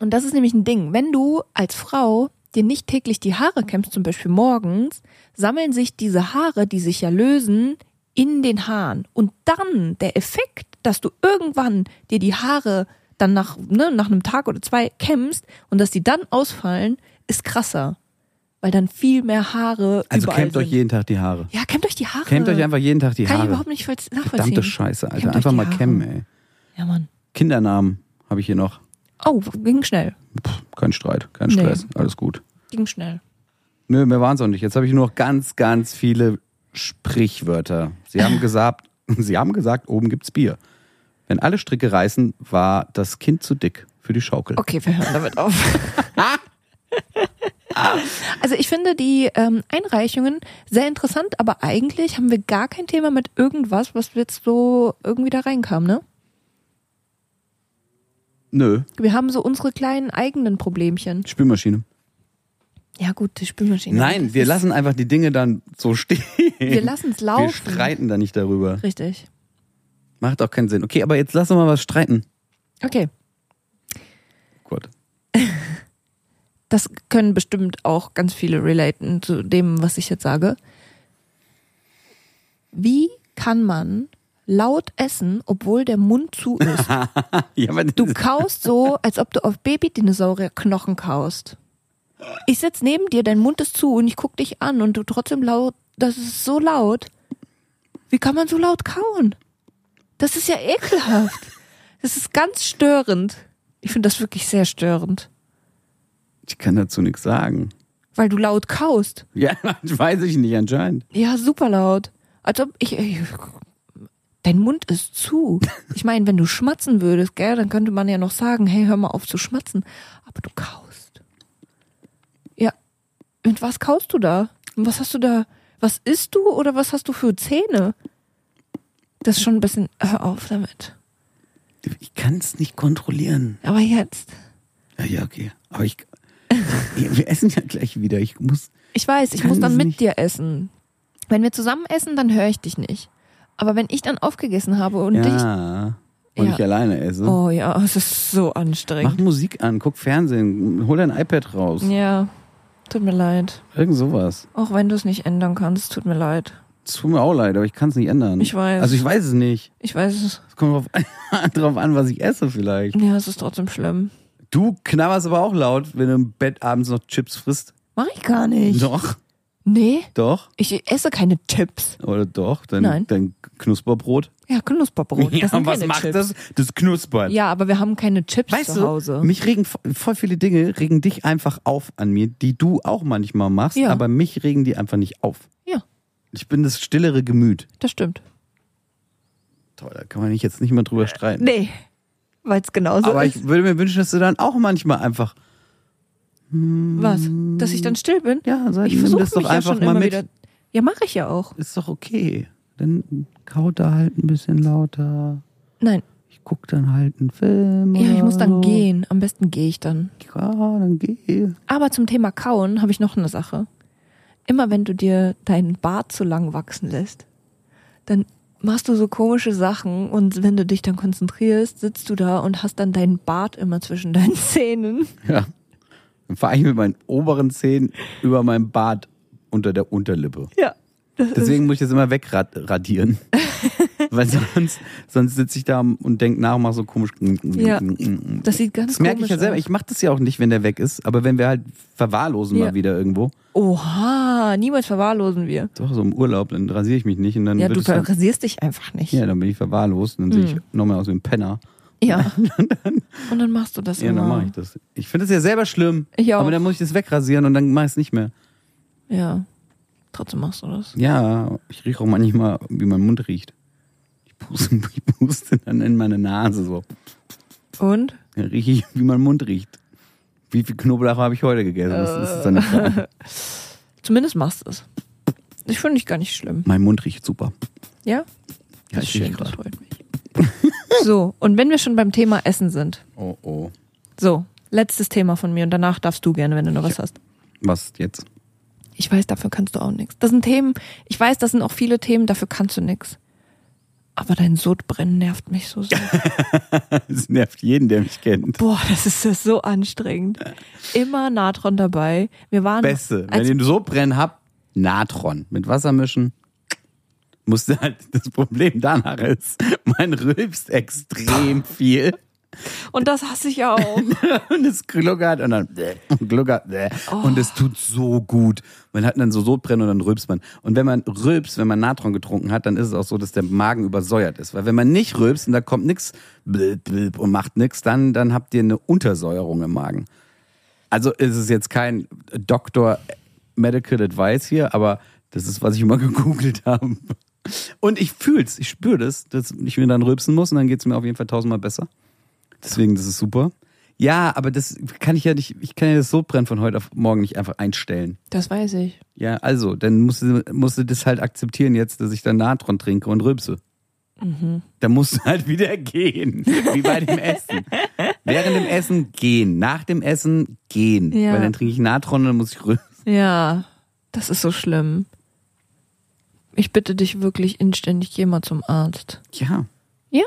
[SPEAKER 3] Und das ist nämlich ein Ding. Wenn du als Frau dir nicht täglich die Haare kämmst, zum Beispiel morgens, sammeln sich diese Haare, die sich ja lösen, in den Haaren. Und dann der Effekt, dass du irgendwann dir die Haare dann nach, ne, nach einem Tag oder zwei kämmst und dass die dann ausfallen, ist krasser. weil dann viel mehr Haare
[SPEAKER 2] Also
[SPEAKER 3] überall
[SPEAKER 2] kämmt
[SPEAKER 3] sind.
[SPEAKER 2] euch jeden Tag die Haare.
[SPEAKER 3] ja, kämmt euch die Haare.
[SPEAKER 2] Kämmt euch einfach jeden Tag die
[SPEAKER 3] Kann ich
[SPEAKER 2] Haare.
[SPEAKER 3] überhaupt nicht voll- nachvollziehen.
[SPEAKER 2] Verdammte Scheiße, Alter.
[SPEAKER 3] Kämmt euch
[SPEAKER 2] Einfach
[SPEAKER 3] die
[SPEAKER 2] mal
[SPEAKER 3] Haare.
[SPEAKER 2] kämmen, ey.
[SPEAKER 3] Ja, Mann.
[SPEAKER 2] Kindernamen habe ich hier noch.
[SPEAKER 3] Oh, ging schnell.
[SPEAKER 2] Kein Streit, kein
[SPEAKER 3] Nee.
[SPEAKER 2] Stress, alles gut.
[SPEAKER 3] Ging schnell.
[SPEAKER 2] Nö, mehr waren es auch nicht. Jetzt habe ich nur noch ganz, ganz viele Sprichwörter. Sie haben gesagt, sie haben gesagt, oben gibt's Bier. Wenn alle Stricke reißen, war das Kind zu dick für die Schaukel.
[SPEAKER 3] Okay, wir hören damit auf. also ich finde die ähm, Einreichungen sehr interessant, aber eigentlich haben wir gar kein Thema mit irgendwas, was jetzt so irgendwie da reinkam, ne?
[SPEAKER 2] Nö,
[SPEAKER 3] Wir haben so unsere kleinen eigenen Problemchen.
[SPEAKER 2] Spülmaschine.
[SPEAKER 3] Ja gut, die Spülmaschine.
[SPEAKER 2] Nein, wir lassen einfach die Dinge dann so stehen.
[SPEAKER 3] Wir lassen's laufen.
[SPEAKER 2] Wir streiten da nicht darüber.
[SPEAKER 3] Richtig.
[SPEAKER 2] Macht auch keinen Sinn. Okay, aber jetzt lass uns mal was streiten.
[SPEAKER 3] Okay,
[SPEAKER 2] Gut.
[SPEAKER 3] das können bestimmt auch ganz viele relaten zu dem, was ich jetzt sage. Wie kann man laut essen, obwohl der Mund zu ist?
[SPEAKER 2] Ja, aber
[SPEAKER 3] Du kaust so, als ob du auf Baby-Dinosaurier-Knochen kaust. Ich sitz neben dir, dein Mund ist zu und ich guck dich an und du trotzdem laut, das ist so laut. Wie kann man so laut kauen? Das ist ja ekelhaft. Das ist ganz störend. Ich finde das wirklich sehr störend,
[SPEAKER 2] ich kann dazu nichts sagen.
[SPEAKER 3] weil du laut kaust.
[SPEAKER 2] Ja, weiß ich nicht anscheinend.
[SPEAKER 3] Ja, super laut. Als ob ich, ich dein Mund ist zu. Ich meine, wenn du schmatzen würdest, gell, dann könnte man ja noch sagen, hey, hör mal auf zu schmatzen, aber du kaust. Ja. Und was kaust du da? Und was hast du da? Was isst du oder was hast du für Zähne? Das ist schon ein bisschen hör auf damit.
[SPEAKER 2] Ich kann es nicht kontrollieren.
[SPEAKER 3] Aber jetzt.
[SPEAKER 2] Ja, ja, okay. Aber ich. Wir essen ja gleich wieder. Ich muss.
[SPEAKER 3] Ich weiß, ich
[SPEAKER 2] Kann
[SPEAKER 3] muss dann
[SPEAKER 2] sie
[SPEAKER 3] mit
[SPEAKER 2] nicht.
[SPEAKER 3] dir essen. Wenn wir zusammen essen, dann höre ich dich nicht. Aber wenn ich dann aufgegessen habe und dich
[SPEAKER 2] ja. also. Und
[SPEAKER 3] Ja.
[SPEAKER 2] ich alleine esse.
[SPEAKER 3] Oh ja, es ist so
[SPEAKER 2] Mach
[SPEAKER 3] anstrengend.
[SPEAKER 2] Musik an, guck Fernsehen, hol dein iPad raus.
[SPEAKER 3] Ja, tut mir leid.
[SPEAKER 2] Irgend sowas.
[SPEAKER 3] Auch wenn du es nicht ändern kannst, tut mir leid.
[SPEAKER 2] Es tut mir auch leid, aber ich kann es nicht ändern.
[SPEAKER 3] Ich weiß.
[SPEAKER 2] Also ich weiß es nicht.
[SPEAKER 3] Ich weiß es.
[SPEAKER 2] Es kommt drauf an, drauf an, was ich esse vielleicht.
[SPEAKER 3] Ja, es ist trotzdem schlimm.
[SPEAKER 2] Du knabberst aber auch laut, wenn du im Bett abends noch Chips frisst.
[SPEAKER 3] Mach ich gar nicht.
[SPEAKER 2] Doch,
[SPEAKER 3] Nee,
[SPEAKER 2] doch.
[SPEAKER 3] ich esse keine Chips.
[SPEAKER 2] Oder doch, dein,
[SPEAKER 3] Nein.
[SPEAKER 2] dein Knusperbrot.
[SPEAKER 3] Ja, Knusperbrot. Das sind
[SPEAKER 2] was
[SPEAKER 3] keine
[SPEAKER 2] macht
[SPEAKER 3] Chips.
[SPEAKER 2] das? Das knuspert.
[SPEAKER 3] Ja, aber wir haben keine Chips
[SPEAKER 2] Weißt
[SPEAKER 3] zu
[SPEAKER 2] du,
[SPEAKER 3] Hause.
[SPEAKER 2] mich regen vo- voll viele Dinge, regen dich einfach auf an mir, die du auch manchmal machst,
[SPEAKER 3] Ja.
[SPEAKER 2] aber mich regen die einfach nicht auf.
[SPEAKER 3] ja,
[SPEAKER 2] Ich bin das stillere Gemüt.
[SPEAKER 3] das stimmt.
[SPEAKER 2] Toll, da kann man mich jetzt nicht mehr drüber streiten.
[SPEAKER 3] Nee, weil es genauso
[SPEAKER 2] aber
[SPEAKER 3] ist.
[SPEAKER 2] ich würde mir wünschen, dass du dann auch manchmal einfach,
[SPEAKER 3] Was? Dass ich dann still bin?
[SPEAKER 2] ja, sag,
[SPEAKER 3] ich
[SPEAKER 2] nimm
[SPEAKER 3] versuche
[SPEAKER 2] das
[SPEAKER 3] mich
[SPEAKER 2] doch
[SPEAKER 3] ja
[SPEAKER 2] einfach
[SPEAKER 3] schon
[SPEAKER 2] mal
[SPEAKER 3] immer
[SPEAKER 2] mit.
[SPEAKER 3] wieder. Ja, mache ich ja auch.
[SPEAKER 2] Ist doch okay. Dann kaut da halt ein bisschen lauter.
[SPEAKER 3] Nein,
[SPEAKER 2] Ich guck dann halt einen Film.
[SPEAKER 3] ja, ich
[SPEAKER 2] oder
[SPEAKER 3] muss dann
[SPEAKER 2] so.
[SPEAKER 3] gehen. Am besten gehe ich dann.
[SPEAKER 2] Ja, dann geh.
[SPEAKER 3] Aber zum Thema Kauen habe ich noch eine Sache. Immer wenn du dir deinen Bart zu lang wachsen lässt, dann machst du so komische Sachen und wenn du dich dann konzentrierst, sitzt du da und hast dann deinen Bart immer zwischen deinen Zähnen.
[SPEAKER 2] Ja. Dann fahre ich mit meinen oberen Zähnen über meinem Bart unter der Unterlippe.
[SPEAKER 3] Ja. Das ist,
[SPEAKER 2] Deswegen muss ich das immer wegradieren. Weil sonst, sonst sitze ich da und denke nach und mache so komisch.
[SPEAKER 3] Ja.
[SPEAKER 2] Das,
[SPEAKER 3] das sieht ganz
[SPEAKER 2] merke ich
[SPEAKER 3] komisch
[SPEAKER 2] ja selber.
[SPEAKER 3] aus.
[SPEAKER 2] Ich mache das ja auch nicht, wenn der weg ist. Aber wenn wir halt verwahrlosen
[SPEAKER 3] Ja.
[SPEAKER 2] mal wieder irgendwo,
[SPEAKER 3] Oha, niemals verwahrlosen wir.
[SPEAKER 2] doch so im Urlaub, dann rasiere ich mich nicht. Und dann
[SPEAKER 3] Ja,
[SPEAKER 2] wird
[SPEAKER 3] du Mhm.
[SPEAKER 2] es dann,
[SPEAKER 3] rasierst dich einfach nicht.
[SPEAKER 2] ja, dann bin ich verwahrlost. Und dann sehe ich nochmal aus wie ein Penner.
[SPEAKER 3] Ja. Und dann machst du das
[SPEAKER 2] Ja, dann
[SPEAKER 3] immer.
[SPEAKER 2] mache ich das. Ich finde das ja selber schlimm.
[SPEAKER 3] Genau. Ich auch.
[SPEAKER 2] Aber dann muss ich das wegrasieren und dann mache ich es nicht mehr.
[SPEAKER 3] Ja. Trotzdem machst du das.
[SPEAKER 2] Ja, ich rieche auch manchmal, wie mein Mund riecht. Ich puste, ich puste dann in meine Nase so.
[SPEAKER 3] Und?
[SPEAKER 2] Dann rieche ich, wie mein Mund riecht. Wie viel Knoblauch habe ich heute gegessen? Das ist dann
[SPEAKER 3] Zumindest machst du es. Ich finde dich gar nicht schlimm.
[SPEAKER 2] mein Mund riecht super.
[SPEAKER 3] Ja?
[SPEAKER 2] Ja,
[SPEAKER 3] Das ist
[SPEAKER 2] ich rieche
[SPEAKER 3] schön, das
[SPEAKER 2] gerade.
[SPEAKER 3] freut mich. so, und wenn wir schon beim Thema Essen sind.
[SPEAKER 2] Oh, oh.
[SPEAKER 3] So, letztes Thema von mir und danach darfst du gerne, wenn du noch was hast.
[SPEAKER 2] Was jetzt?
[SPEAKER 3] Ich weiß, dafür kannst du auch nichts. Das sind Themen, ich weiß, das sind auch viele Themen, dafür kannst du nichts. Aber dein Sodbrennen nervt mich so sehr.
[SPEAKER 2] Das nervt jeden, der mich kennt.
[SPEAKER 3] Boah, das ist das so anstrengend. Immer Natron dabei. Wir waren
[SPEAKER 2] Beste,
[SPEAKER 3] als
[SPEAKER 2] wenn ihr so brennen habt, Natron mit Wasser mischen. Musste halt, das Problem danach ist, man rülpst extrem viel.
[SPEAKER 3] Und das hasse ich auch.
[SPEAKER 2] und es gluckert und dann bäh, und gluckert bäh. und es tut so gut. Man hat dann so Sodbrennen und dann rülpst man. Und wenn man rülpst, wenn man Natron getrunken hat, dann ist es auch so, dass der Magen übersäuert ist. Weil wenn man nicht rülpst und da kommt nichts und macht nichts, dann, dann habt ihr eine Untersäuerung im Magen. Also ist es jetzt kein Doktor Medical Advice hier, aber das ist, was ich immer gegoogelt habe. Und ich fühl's, ich spüre das, dass ich mir dann rülpsen muss und dann geht's mir auf jeden Fall tausendmal besser. Deswegen, das ist super. Ja, aber das kann ich ja nicht, ich kann ja das Sodbrennen von heute auf morgen nicht einfach einstellen.
[SPEAKER 3] Das weiß ich.
[SPEAKER 2] Ja, also, dann musst du, musst du das halt akzeptieren jetzt, dass ich dann Natron trinke und rülpse.
[SPEAKER 3] Mhm.
[SPEAKER 2] Da musst du halt wieder gehen, wie bei dem Essen. Während dem Essen gehen, nach dem Essen gehen.
[SPEAKER 3] Ja.
[SPEAKER 2] Weil dann trinke ich Natron und dann muss ich rülpsen.
[SPEAKER 3] Ja, das ist so schlimm. Ich bitte dich wirklich inständig, geh mal zum Arzt.
[SPEAKER 2] Ja.
[SPEAKER 3] Ja.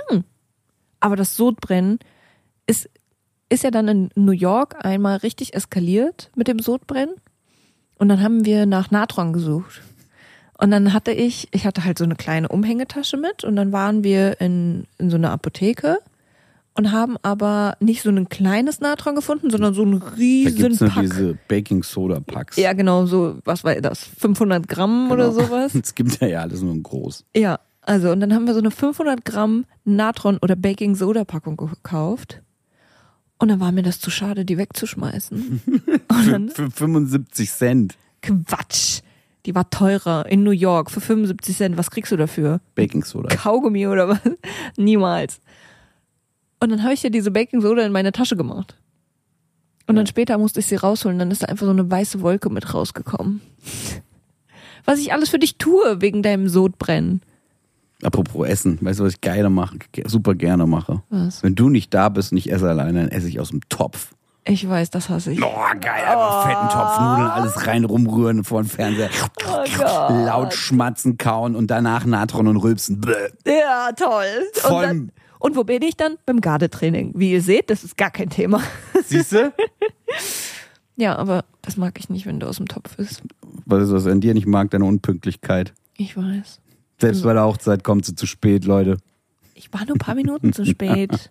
[SPEAKER 3] Aber das Sodbrennen ist, ist ja dann in New York einmal richtig eskaliert mit dem Sodbrennen. Und dann haben wir nach Natron gesucht. Und dann hatte ich, ich hatte halt so eine kleine Umhängetasche mit und dann waren wir in, in so einer Apotheke und haben aber nicht so ein kleines Natron gefunden, sondern so ein
[SPEAKER 2] Da
[SPEAKER 3] riesen
[SPEAKER 2] gibt's nur
[SPEAKER 3] Pack.
[SPEAKER 2] diese Baking Soda Packs.
[SPEAKER 3] Ja, genau, so, was war das? 500 Gramm oder
[SPEAKER 2] Genau.
[SPEAKER 3] sowas?
[SPEAKER 2] Es gibt ja, ja alles nur in groß.
[SPEAKER 3] Ja, also und dann haben wir so eine 500 Gramm Natron oder Baking Soda Packung gekauft. Und dann war mir das zu schade, die wegzuschmeißen. Und dann,
[SPEAKER 2] Für 75 Cent
[SPEAKER 3] Quatsch! Die war teurer in New York für 75 Cent. Was kriegst du dafür?
[SPEAKER 2] Baking Soda.
[SPEAKER 3] Kaugummi oder was? Niemals. Und dann habe ich ja diese Baking Soda in meine Tasche gemacht. Und dann später musste ich sie rausholen. Dann ist da einfach so eine weiße Wolke mit rausgekommen. Was ich alles für dich tue wegen deinem Sodbrennen.
[SPEAKER 2] Apropos Essen, weißt du, was ich gerne mache, super gerne mache?
[SPEAKER 3] Was?
[SPEAKER 2] Wenn du nicht da bist und ich esse alleine, dann esse ich aus dem Topf.
[SPEAKER 3] Ich weiß, das hasse ich.
[SPEAKER 2] Boah, geil, einfach
[SPEAKER 3] Oh.
[SPEAKER 2] fetten Topf Nudeln, alles rein rumrühren vor dem Fernseher.
[SPEAKER 3] Gott.
[SPEAKER 2] Laut schmatzen, kauen und danach Natron und Rülpsen. Bäh.
[SPEAKER 3] Ja, toll.
[SPEAKER 2] Voll-
[SPEAKER 3] Und, dann, und wo bin ich dann? Beim Gardetraining. Wie ihr seht, das ist gar kein Thema.
[SPEAKER 2] Siehst du?
[SPEAKER 3] Ja, aber das mag ich nicht, wenn du aus dem Topf bist.
[SPEAKER 2] Weißt du, was ich an dir nicht mag? Deine Unpünktlichkeit.
[SPEAKER 3] Ich weiß.
[SPEAKER 2] Selbst bei der Hochzeit kommt sie zu spät, Leute.
[SPEAKER 3] Ich war nur ein paar Minuten zu spät.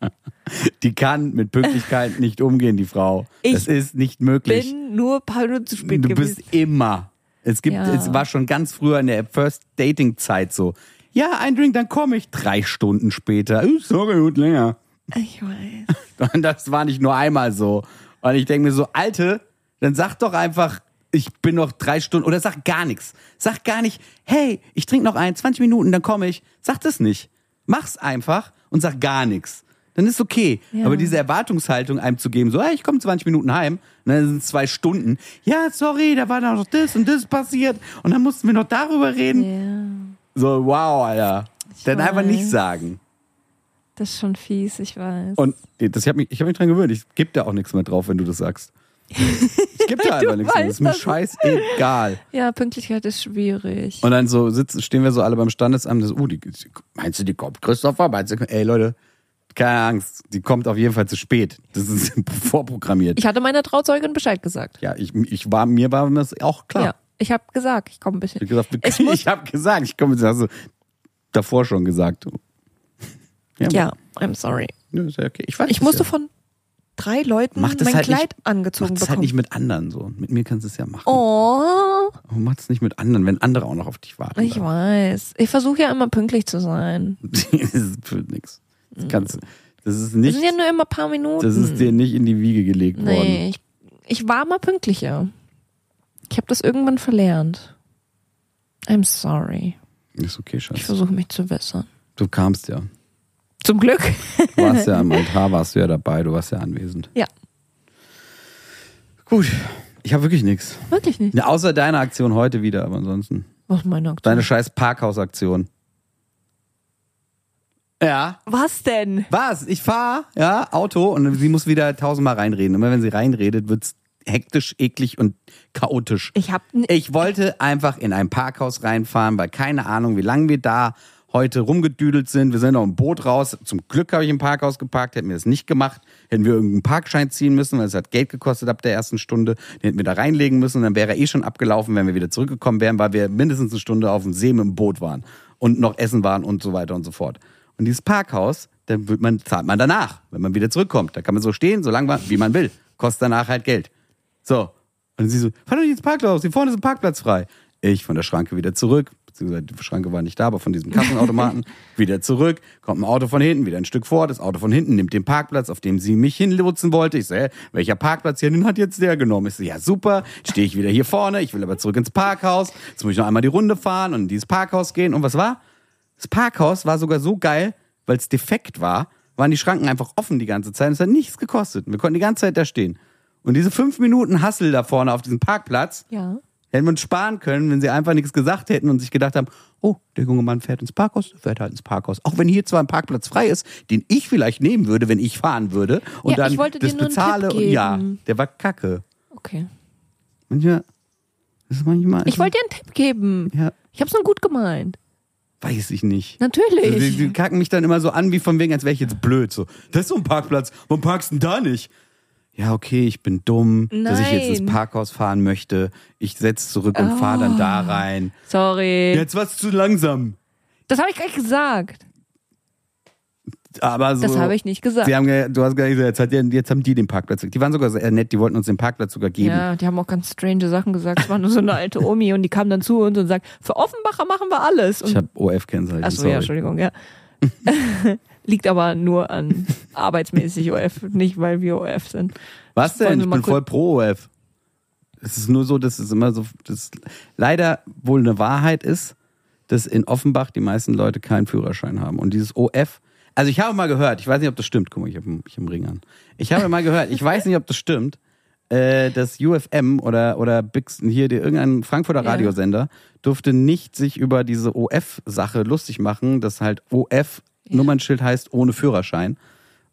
[SPEAKER 2] Die kann mit Pünktlichkeit nicht umgehen, die Frau.
[SPEAKER 3] Ich
[SPEAKER 2] das ist nicht möglich.
[SPEAKER 3] Bin nur ein paar Minuten zu spät
[SPEAKER 2] Du
[SPEAKER 3] gewesen.
[SPEAKER 2] bist immer. Es gibt,
[SPEAKER 3] Ja.
[SPEAKER 2] es war schon ganz früher in der First Dating Zeit so. Ja, ein Drink, dann komme ich. Drei Stunden später. Uh, Sorry, gut länger.
[SPEAKER 3] Ich weiß.
[SPEAKER 2] Und das war nicht nur einmal so. Und ich denke mir so, Alte, dann sag doch einfach, ich bin noch drei Stunden oder sag gar nichts. Sag gar nicht, hey, ich trinke noch ein, 20 Minuten, dann komme ich. Sag das nicht. Mach's einfach und sag gar nichts. Dann ist okay.
[SPEAKER 3] Ja.
[SPEAKER 2] Aber diese Erwartungshaltung einem zu geben, so, hey, ich komme 20 Minuten heim, und dann sind es zwei Stunden. Ja, sorry, da war noch das und das passiert und dann mussten wir noch darüber reden.
[SPEAKER 3] Ja,
[SPEAKER 2] So, wow, Alter. dann einfach
[SPEAKER 3] weiß.
[SPEAKER 2] nicht sagen.
[SPEAKER 3] das ist schon fies, ich weiß.
[SPEAKER 2] Und das, ich habe mich, ich hab mich dran gewöhnt. Ich gebe da auch nichts mehr drauf, wenn du das sagst. Ich gebe da einfach nichts mehr. Das ist mir
[SPEAKER 3] weißt
[SPEAKER 2] scheißegal.
[SPEAKER 3] ja, Pünktlichkeit ist schwierig.
[SPEAKER 2] Und dann so sitzen, stehen wir so alle beim Standesamt. So, uh, die, die, meinst du, die kommt Christopher? Meinst du, ey Leute, keine Angst, die kommt auf jeden Fall zu spät. Das ist vorprogrammiert.
[SPEAKER 3] ich hatte meiner Trauzeugin Bescheid gesagt.
[SPEAKER 2] ja, ich, ich war, mir war das auch klar.
[SPEAKER 3] Ja, ich habe gesagt, ich komme ein bisschen.
[SPEAKER 2] Ah. Ich habe gesagt,
[SPEAKER 3] Ich
[SPEAKER 2] ich,
[SPEAKER 3] muss-
[SPEAKER 2] hab gesagt, ich komme, das hast du davor schon gesagt. Ja,
[SPEAKER 3] Ja, I'm sorry.
[SPEAKER 2] Ja, ist ja okay. Ich, weiß
[SPEAKER 3] Ich
[SPEAKER 2] es
[SPEAKER 3] musste
[SPEAKER 2] ja.
[SPEAKER 3] von drei Leuten
[SPEAKER 2] Mach das
[SPEAKER 3] mein
[SPEAKER 2] halt
[SPEAKER 3] Kleid
[SPEAKER 2] nicht, mach
[SPEAKER 3] angezogen
[SPEAKER 2] das
[SPEAKER 3] bekommen.
[SPEAKER 2] halt nicht mit anderen so. Mit mir kannst du es ja machen.
[SPEAKER 3] oh.
[SPEAKER 2] Warum macht es nicht mit anderen, wenn andere auch noch auf dich warten?
[SPEAKER 3] Ich weiß. Ich versuche ja immer pünktlich zu sein.
[SPEAKER 2] das ist für nix. Das, kannst, das ist
[SPEAKER 3] Mhm.
[SPEAKER 2] nicht,
[SPEAKER 3] Das sind ja nur immer ein paar Minuten.
[SPEAKER 2] das ist dir nicht in die Wiege gelegt worden.
[SPEAKER 3] nee, ich, ich war mal pünktlicher. Ich habe das irgendwann verlernt. I'm sorry.
[SPEAKER 2] Ist okay,
[SPEAKER 3] Ich
[SPEAKER 2] Schatz.
[SPEAKER 3] versuche mich zu bessern.
[SPEAKER 2] Du kamst ja.
[SPEAKER 3] Zum Glück.
[SPEAKER 2] Du warst ja am Altar, warst du ja dabei, du warst ja anwesend.
[SPEAKER 3] Ja,
[SPEAKER 2] Gut. Ich habe wirklich nichts.
[SPEAKER 3] wirklich nicht.
[SPEAKER 2] Ja, außer deiner Aktion heute wieder, aber ansonsten.
[SPEAKER 3] Was meine Aktion?
[SPEAKER 2] Deine scheiß Parkhausaktion. Ja.
[SPEAKER 3] Was denn?
[SPEAKER 2] Was? Ich fahre, ja, Auto und sie muss wieder tausendmal reinreden. Immer wenn sie reinredet, wird's hektisch, eklig und chaotisch.
[SPEAKER 3] Ich hab n-
[SPEAKER 2] Ich wollte einfach in ein Parkhaus reinfahren, weil keine Ahnung, wie lange wir da heute rumgedüdelt sind. Wir sind noch im Boot raus. Zum Glück habe ich im Parkhaus geparkt. Hätten wir das nicht gemacht, hätten wir irgendeinen Parkschein ziehen müssen, weil es hat Geld gekostet ab der ersten Stunde. Den hätten wir da reinlegen müssen und dann wäre er eh schon abgelaufen, wenn wir wieder zurückgekommen wären, weil wir mindestens eine Stunde auf dem See mit dem Boot waren und noch essen waren und so weiter und so fort. Und dieses Parkhaus, dann wird man, zahlt man danach, wenn man wieder zurückkommt. Da kann man so stehen, so lang wie man will. Kostet danach halt Geld. So. Und sie so, fahr doch nicht ins Parkhaus, hier vorne ist ein Parkplatz frei. Ich von der Schranke wieder zurück, beziehungsweise die Schranke war nicht da, aber von diesem Kassenautomaten wieder zurück, kommt ein Auto von hinten, wieder ein Stück vor, das Auto von hinten nimmt den Parkplatz, auf dem sie mich hinlotsen wollte. Ich so, hä, welcher Parkplatz hier, den hat jetzt der genommen? Ich so, ja super, stehe ich wieder hier vorne, ich will aber zurück ins Parkhaus, jetzt muss ich noch einmal die Runde fahren und in dieses Parkhaus gehen und was war? Das Parkhaus war sogar so geil, weil es defekt war, waren die Schranken einfach offen die ganze Zeit und es hat nichts gekostet. Wir konnten die ganze Zeit da stehen. Und diese fünf Minuten Hassel da vorne auf diesem Parkplatz,
[SPEAKER 3] Ja.
[SPEAKER 2] Hätten wir uns sparen können, wenn sie einfach nichts gesagt hätten und sich gedacht haben, oh, der junge Mann fährt ins Parkhaus, der fährt halt ins Parkhaus. Auch wenn hier zwar ein Parkplatz frei ist, den ich vielleicht nehmen würde, wenn ich fahren würde und
[SPEAKER 3] Ja,
[SPEAKER 2] dann
[SPEAKER 3] ich wollte dir
[SPEAKER 2] das
[SPEAKER 3] nur einen
[SPEAKER 2] bezahle
[SPEAKER 3] Tipp
[SPEAKER 2] und ja,
[SPEAKER 3] geben.
[SPEAKER 2] der war kacke.
[SPEAKER 3] Okay.
[SPEAKER 2] Manchmal, das ist manchmal.
[SPEAKER 3] Ich wollte dir einen Tipp geben.
[SPEAKER 2] Ja,
[SPEAKER 3] Ich hab's nur gut gemeint.
[SPEAKER 2] weiß ich nicht. Also die, die
[SPEAKER 3] Natürlich.
[SPEAKER 2] kacken mich dann immer so an, wie von wegen, als wäre ich jetzt blöd. So, das ist so ein Parkplatz, warum parkst du denn da nicht? Ja, okay, ich bin dumm, dass ich jetzt ins
[SPEAKER 3] Nein.
[SPEAKER 2] Parkhaus fahren möchte. Ich setz zurück und fahre dann da
[SPEAKER 3] Oh.
[SPEAKER 2] rein.
[SPEAKER 3] Sorry.
[SPEAKER 2] Jetzt war's zu langsam.
[SPEAKER 3] Das habe ich gleich gesagt.
[SPEAKER 2] Aber so.
[SPEAKER 3] Das habe ich nicht gesagt.
[SPEAKER 2] Sie haben, ge- du hast gesagt, jetzt, hat, die- jetzt haben die den Parkplatz. weg. Die waren sogar sehr nett, die wollten uns den Parkplatz sogar geben.
[SPEAKER 3] Ja, die haben auch ganz strange Sachen gesagt. Es war nur so eine alte Omi und die kam dann zu uns und sagt, für Offenbacher machen wir alles.
[SPEAKER 2] Ich
[SPEAKER 3] Und
[SPEAKER 2] habe OF Cancel.
[SPEAKER 3] Achso, ja, Entschuldigung, ja. Liegt aber nur an arbeitsmäßig OF, nicht weil wir OF sind.
[SPEAKER 2] Was
[SPEAKER 3] Wollen
[SPEAKER 2] denn?
[SPEAKER 3] wir
[SPEAKER 2] Ich
[SPEAKER 3] mal
[SPEAKER 2] bin
[SPEAKER 3] kurz-
[SPEAKER 2] voll pro OF. Es ist nur so, dass es immer so, dass leider wohl eine Wahrheit ist, dass in Offenbach die meisten Leute keinen Führerschein haben. Und dieses OF, also ich habe mal gehört, ich weiß nicht, ob das stimmt. Guck mal, ich habe ich hab einen Ring an. Ich habe mal gehört, ich weiß nicht, ob das stimmt, äh, dass UFM oder, oder Bix, hier der, irgendein Frankfurter
[SPEAKER 3] Ja.
[SPEAKER 2] Radiosender durfte nicht sich über diese OF-Sache lustig machen, dass halt OF-Nummernschild heißt ohne Führerschein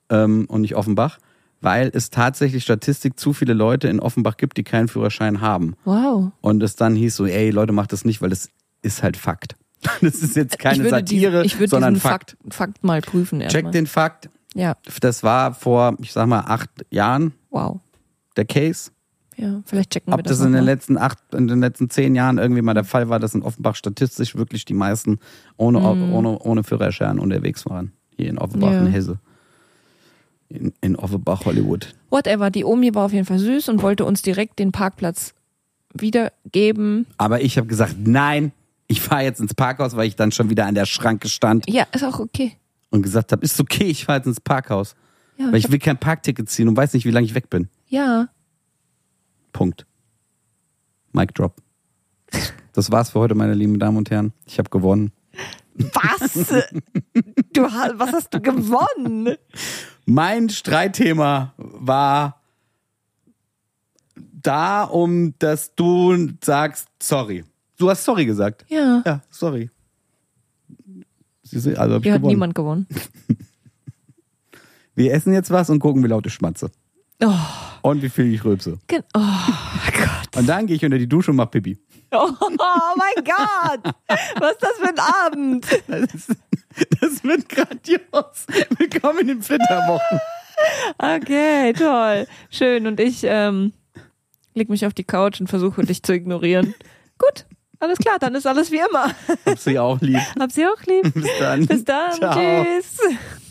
[SPEAKER 2] ähm, und nicht Offenbach, weil es tatsächlich Statistik zu viele Leute in Offenbach gibt, die keinen Führerschein haben.
[SPEAKER 3] Wow.
[SPEAKER 2] Und es dann hieß so, ey, Leute, macht das nicht, weil das ist halt Fakt. Das ist jetzt keine Satire,
[SPEAKER 3] diesen, ich würde
[SPEAKER 2] sondern
[SPEAKER 3] diesen
[SPEAKER 2] Fakt.
[SPEAKER 3] Fakt, Fakt mal prüfen.
[SPEAKER 2] Check
[SPEAKER 3] erstmal.
[SPEAKER 2] den Fakt.
[SPEAKER 3] Ja,
[SPEAKER 2] Das war vor, ich sag mal, acht Jahren
[SPEAKER 3] wow.
[SPEAKER 2] der Case.
[SPEAKER 3] Ja, vielleicht checken wir
[SPEAKER 2] Ob
[SPEAKER 3] das.
[SPEAKER 2] das in den
[SPEAKER 3] nochmal.
[SPEAKER 2] letzten acht, in den letzten zehn Jahren irgendwie mal der Fall war, dass in Offenbach statistisch wirklich die meisten ohne, ohne, ohne Führerschein unterwegs waren. Hier in Offenbach,
[SPEAKER 3] Mhm. Ja.
[SPEAKER 2] in Hesse. In, in Offenbach, Hollywood.
[SPEAKER 3] Whatever, die Omi war auf jeden Fall süß und wollte uns direkt den Parkplatz wiedergeben.
[SPEAKER 2] Aber ich habe gesagt, nein, ich fahre jetzt ins Parkhaus, weil ich dann schon wieder an der Schranke stand
[SPEAKER 3] Ja, ist auch okay.
[SPEAKER 2] und gesagt habe, ist okay, ich fahre jetzt ins Parkhaus.
[SPEAKER 3] Ja,
[SPEAKER 2] Weil
[SPEAKER 3] ich
[SPEAKER 2] ich will kein Parkticket ziehen und weiß nicht, wie lange ich weg bin.
[SPEAKER 3] hab- ja.
[SPEAKER 2] Punkt. Mic drop. Das war's für heute, meine lieben Damen und Herren. Ich habe gewonnen.
[SPEAKER 3] Was? du, ha- was hast du gewonnen?
[SPEAKER 2] Mein Streitthema war da, um dass du sagst, sorry. Du hast sorry gesagt.
[SPEAKER 3] Ja.
[SPEAKER 2] Ja, sorry. Siehst du, Also hab ich
[SPEAKER 3] Hier hat
[SPEAKER 2] gewonnen.
[SPEAKER 3] niemand gewonnen.
[SPEAKER 2] Wir essen jetzt was und gucken, wie laut ich schmatze.
[SPEAKER 3] Oh,
[SPEAKER 2] Und wie viel ich rülpse.
[SPEAKER 3] gen- oh Gott.
[SPEAKER 2] Und dann gehe ich unter die Dusche und mach Pipi.
[SPEAKER 3] Oh, mein Gott! Was ist das für ein Abend?
[SPEAKER 2] Das, ist- das wird grandios. Willkommen in den Flitterwochen.
[SPEAKER 3] Okay, toll. Schön. Und ich ähm, leg mich auf die Couch und versuche dich zu ignorieren. Gut, alles klar, dann ist alles wie immer.
[SPEAKER 2] Hab sie auch lieb.
[SPEAKER 3] Hab sie auch lieb.
[SPEAKER 2] Bis dann.
[SPEAKER 3] Bis dann.
[SPEAKER 2] Ciao.
[SPEAKER 3] Tschüss.